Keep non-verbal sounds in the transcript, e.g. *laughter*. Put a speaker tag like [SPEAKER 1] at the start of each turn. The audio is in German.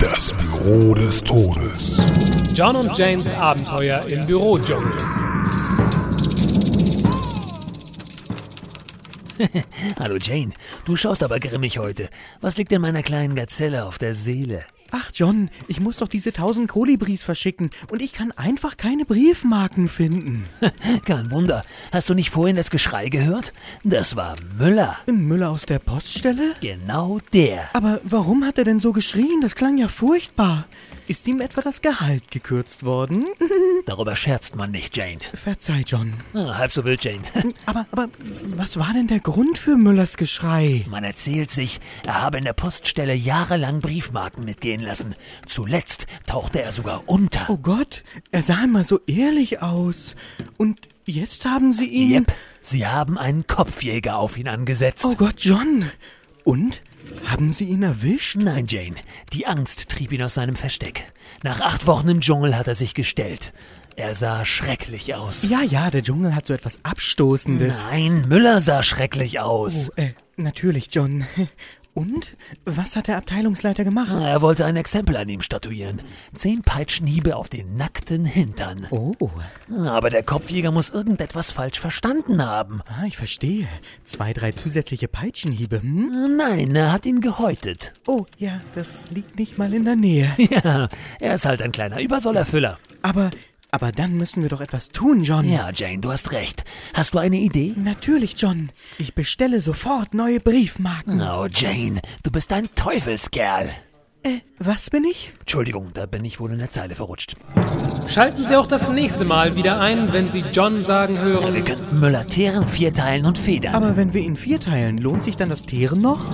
[SPEAKER 1] Das Büro des Todes.
[SPEAKER 2] John und Janes Abenteuer im Büro, John.
[SPEAKER 3] Hallo Jane, du schaust aber grimmig heute. Was liegt denn meiner kleinen Gazelle auf der Seele?
[SPEAKER 4] Ach John, ich muss doch diese tausend Kolibris verschicken und ich kann einfach keine Briefmarken finden.
[SPEAKER 3] Kein Wunder. Hast du nicht vorhin das Geschrei gehört? Das war Müller.
[SPEAKER 4] Müller aus der Poststelle?
[SPEAKER 3] Genau der.
[SPEAKER 4] Aber warum hat er denn so geschrien? Das klang ja furchtbar. Ist ihm etwa das Gehalt gekürzt worden?
[SPEAKER 3] Darüber scherzt man nicht, Jane.
[SPEAKER 4] Verzeih, John.
[SPEAKER 3] Ah, halb so wild, Jane.
[SPEAKER 4] Aber, aber was war denn der Grund für Müllers Geschrei?
[SPEAKER 3] Man erzählt sich, er habe in der Poststelle jahrelang Briefmarken mitgehen lassen. Zuletzt tauchte er sogar unter.
[SPEAKER 4] Oh Gott, er sah immer so ehrlich aus. Und jetzt haben sie ihn.
[SPEAKER 3] Yep, sie haben einen Kopfjäger auf ihn angesetzt.
[SPEAKER 4] Oh Gott, John. Und? Haben sie ihn erwischt?
[SPEAKER 3] Nein, Jane, die Angst trieb ihn aus seinem Versteck. Nach acht Wochen im Dschungel hat er sich gestellt. Er sah schrecklich aus.
[SPEAKER 4] Ja, ja, der Dschungel hat so etwas Abstoßendes.
[SPEAKER 3] Nein, Müller sah schrecklich aus.
[SPEAKER 4] Oh, äh, natürlich, John. *laughs* Und? Was hat der Abteilungsleiter gemacht?
[SPEAKER 3] Er wollte ein Exempel an ihm statuieren. Zehn Peitschenhiebe auf den nackten Hintern.
[SPEAKER 4] Oh,
[SPEAKER 3] Aber der Kopfjäger muss irgendetwas falsch verstanden haben.
[SPEAKER 4] ah, ich verstehe. Zwei, drei zusätzliche Peitschenhiebe, hm?
[SPEAKER 3] Nein, er hat ihn gehäutet. *laughs*
[SPEAKER 4] Oh, ja, das liegt nicht mal in der Nähe.
[SPEAKER 3] Ja, er ist halt ein kleiner Übersollerfüller.
[SPEAKER 4] Aber, aber dann müssen wir doch etwas tun, John.
[SPEAKER 3] Ja, Jane, du hast recht. Hast du eine Idee?
[SPEAKER 4] Natürlich, John. Ich bestelle sofort neue Briefmarken.
[SPEAKER 3] Oh, Jane, du bist ein Teufelskerl.
[SPEAKER 4] Äh, was bin ich?
[SPEAKER 3] Entschuldigung, da bin ich wohl in der Zeile verrutscht.
[SPEAKER 2] Schalten Sie auch das nächste Mal wieder ein, wenn Sie John sagen
[SPEAKER 3] Wir
[SPEAKER 2] hören.
[SPEAKER 3] könnten Müller teeren, vierteilen und federn.
[SPEAKER 4] Aber wenn wir ihn vierteilen, lohnt sich dann das Tieren noch?